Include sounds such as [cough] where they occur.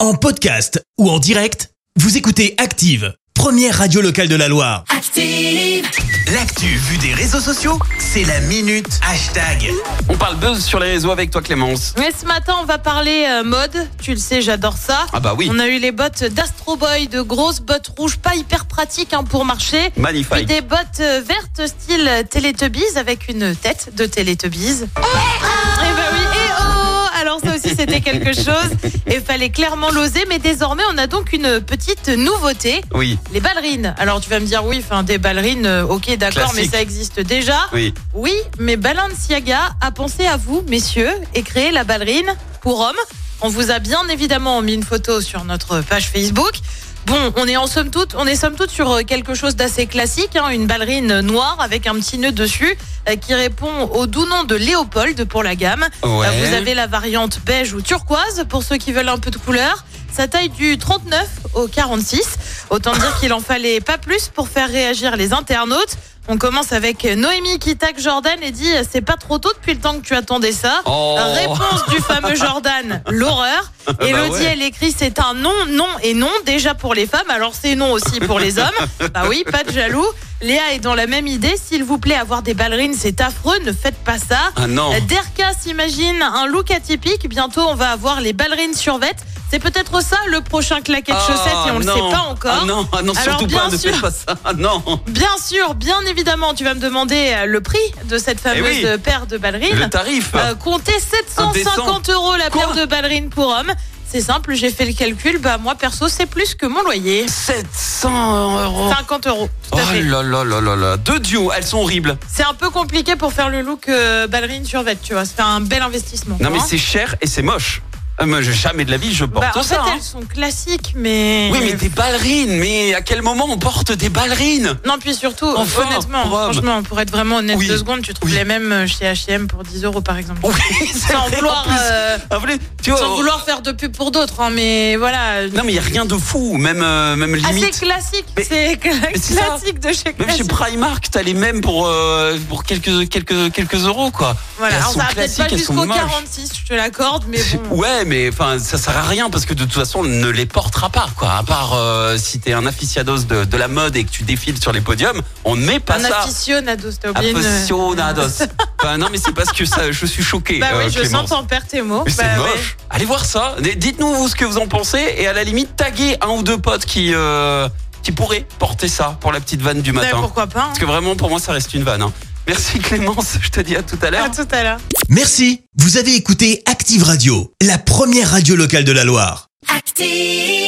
En podcast ou en direct, vous écoutez Active, première radio locale de la Loire. Active. L'actu vue des réseaux sociaux, c'est la minute hashtag. On parle buzz sur les réseaux avec toi Clémence. Mais ce matin, on va parler euh, mode. Tu le sais, j'adore ça. Ah bah oui, On a eu les bottes d'Astro Boy, de grosses bottes rouges, pas hyper pratiques hein, pour marcher. Puis magnifique. des bottes euh, vertes style Teletubbies avec une tête de Teletubbies. Eh ben oui, eh oh Alors ça aussi [laughs] c'était quelque chose et fallait clairement l'oser mais désormais on a donc une petite nouveauté, Oui, les ballerines. Alors tu vas me dire oui, enfin des ballerines, euh, ok d'accord mais Classique. ça existe déjà. oui. Oui, mais Balenciaga a pensé à vous, messieurs, et créé la ballerine pour hommes. On vous a bien évidemment mis une photo sur notre page Facebook. Bon, on est en somme toute, on est somme toute sur euh, quelque chose d'assez classique, hein, une ballerine noire avec un petit nœud dessus euh, qui répond au doux nom de Léopold pour la gamme. Ouais. Euh, Vous avez la variante beige ou turquoise pour ceux qui veulent un peu de couleur. Ça taille du 39 au 46. Autant dire qu'il en fallait pas plus pour faire réagir les internautes. On commence avec Noémie qui tague Jordan et dit c'est pas trop tôt depuis le temps que tu attendais ça. Oh. Réponse du fameux Jordan, [laughs] l'horreur. bah Elodie, ouais. elle écrit c'est un non, non et non, déjà pour les femmes, alors c'est non aussi pour [laughs] les hommes. Bah oui, pas de jaloux. Léa est dans la même idée, s'il vous plaît, avoir des ballerines, c'est affreux, ne faites pas ça. Ah non. Derka s'imagine Euh, un look atypique. Bientôt, on va avoir les ballerines survettes. C'est peut-être ça le prochain claquet de chaussettes et on le Ah, non. sait pas encore. Ah non, ah non Alors, surtout bien pas, ne sûr. faites pas ça. Ah non, Bien sûr, bien évidemment, tu vas me demander euh, le prix de cette fameuse Eh oui. euh, paire de le ballerines. tarif. Euh, comptez 750 euros la Quoi paire de ballerines pour hommes. C'est simple, j'ai fait le calcul. Bah moi perso, c'est plus que mon loyer. 700 euros. 50 euros, tout Oh à fait. là là là là là. Deux duos, elles sont horribles. C'est un peu compliqué pour faire le look euh, ballerine survette, tu vois. C'est un bel investissement. Non mais hein. c'est cher et c'est moche. Ah, Moi, j'ai jamais de la vie, je porte Bah, en fait, ça. hein. elles sont classiques, mais. Oui, mais des ballerines, mais à quel moment on porte des ballerines [laughs] Non, puis surtout, Enfin, honnêtement, pour homme. franchement, pour être vraiment honnête Oui. deux secondes, tu trouves Oui. les mêmes euh, chez H&M pour 10 euros par exemple. Oui, c'est vrai, Sans en vouloir, plus. euh, Ah, vous voulez- tu vois, sans oh, vouloir faire de pub pour d'autres, hein, mais voilà. Non mais il y a rien de fou, même euh, même Assez limite. classique, Mais- c'est cla- c'est ça. classique de chez Même chez classique. Primark, t'as les mêmes pour, euh, pour quelques, quelques, quelques euros, quoi. Voilà, Elles alors, sont ça va peut-être classiques, pas elles sont jusqu'au moches. 46, je te l'accorde, mais bon. Ouais, mais enfin, ça sert à rien parce que de toute façon, on ne les portera pas, quoi. À part euh, si t'es un aficionados de, de la mode et que tu défiles sur les podiums, on ne met pas Un ça. aficionado, s'il te plaît, une- euh, [laughs] Aficionados. Enfin, non, mais c'est parce que ça, je suis choqué. Bah euh, oui, je Clémence. sens t'en perds tes mots. Mais c'est Bah ouais. moche. Allez voir ça. D- Dites-nous vous ce que vous en pensez et à la limite taguez un ou deux potes qui euh, qui pourraient porter ça pour la petite vanne du Bah, matin. pourquoi pas hein. Parce que vraiment, pour moi, ça reste une vanne. hein. Merci Clémence, je te dis à tout à l'heure. À tout à l'heure. Merci, vous avez écouté Active Radio, la première radio locale de la Loire. Active.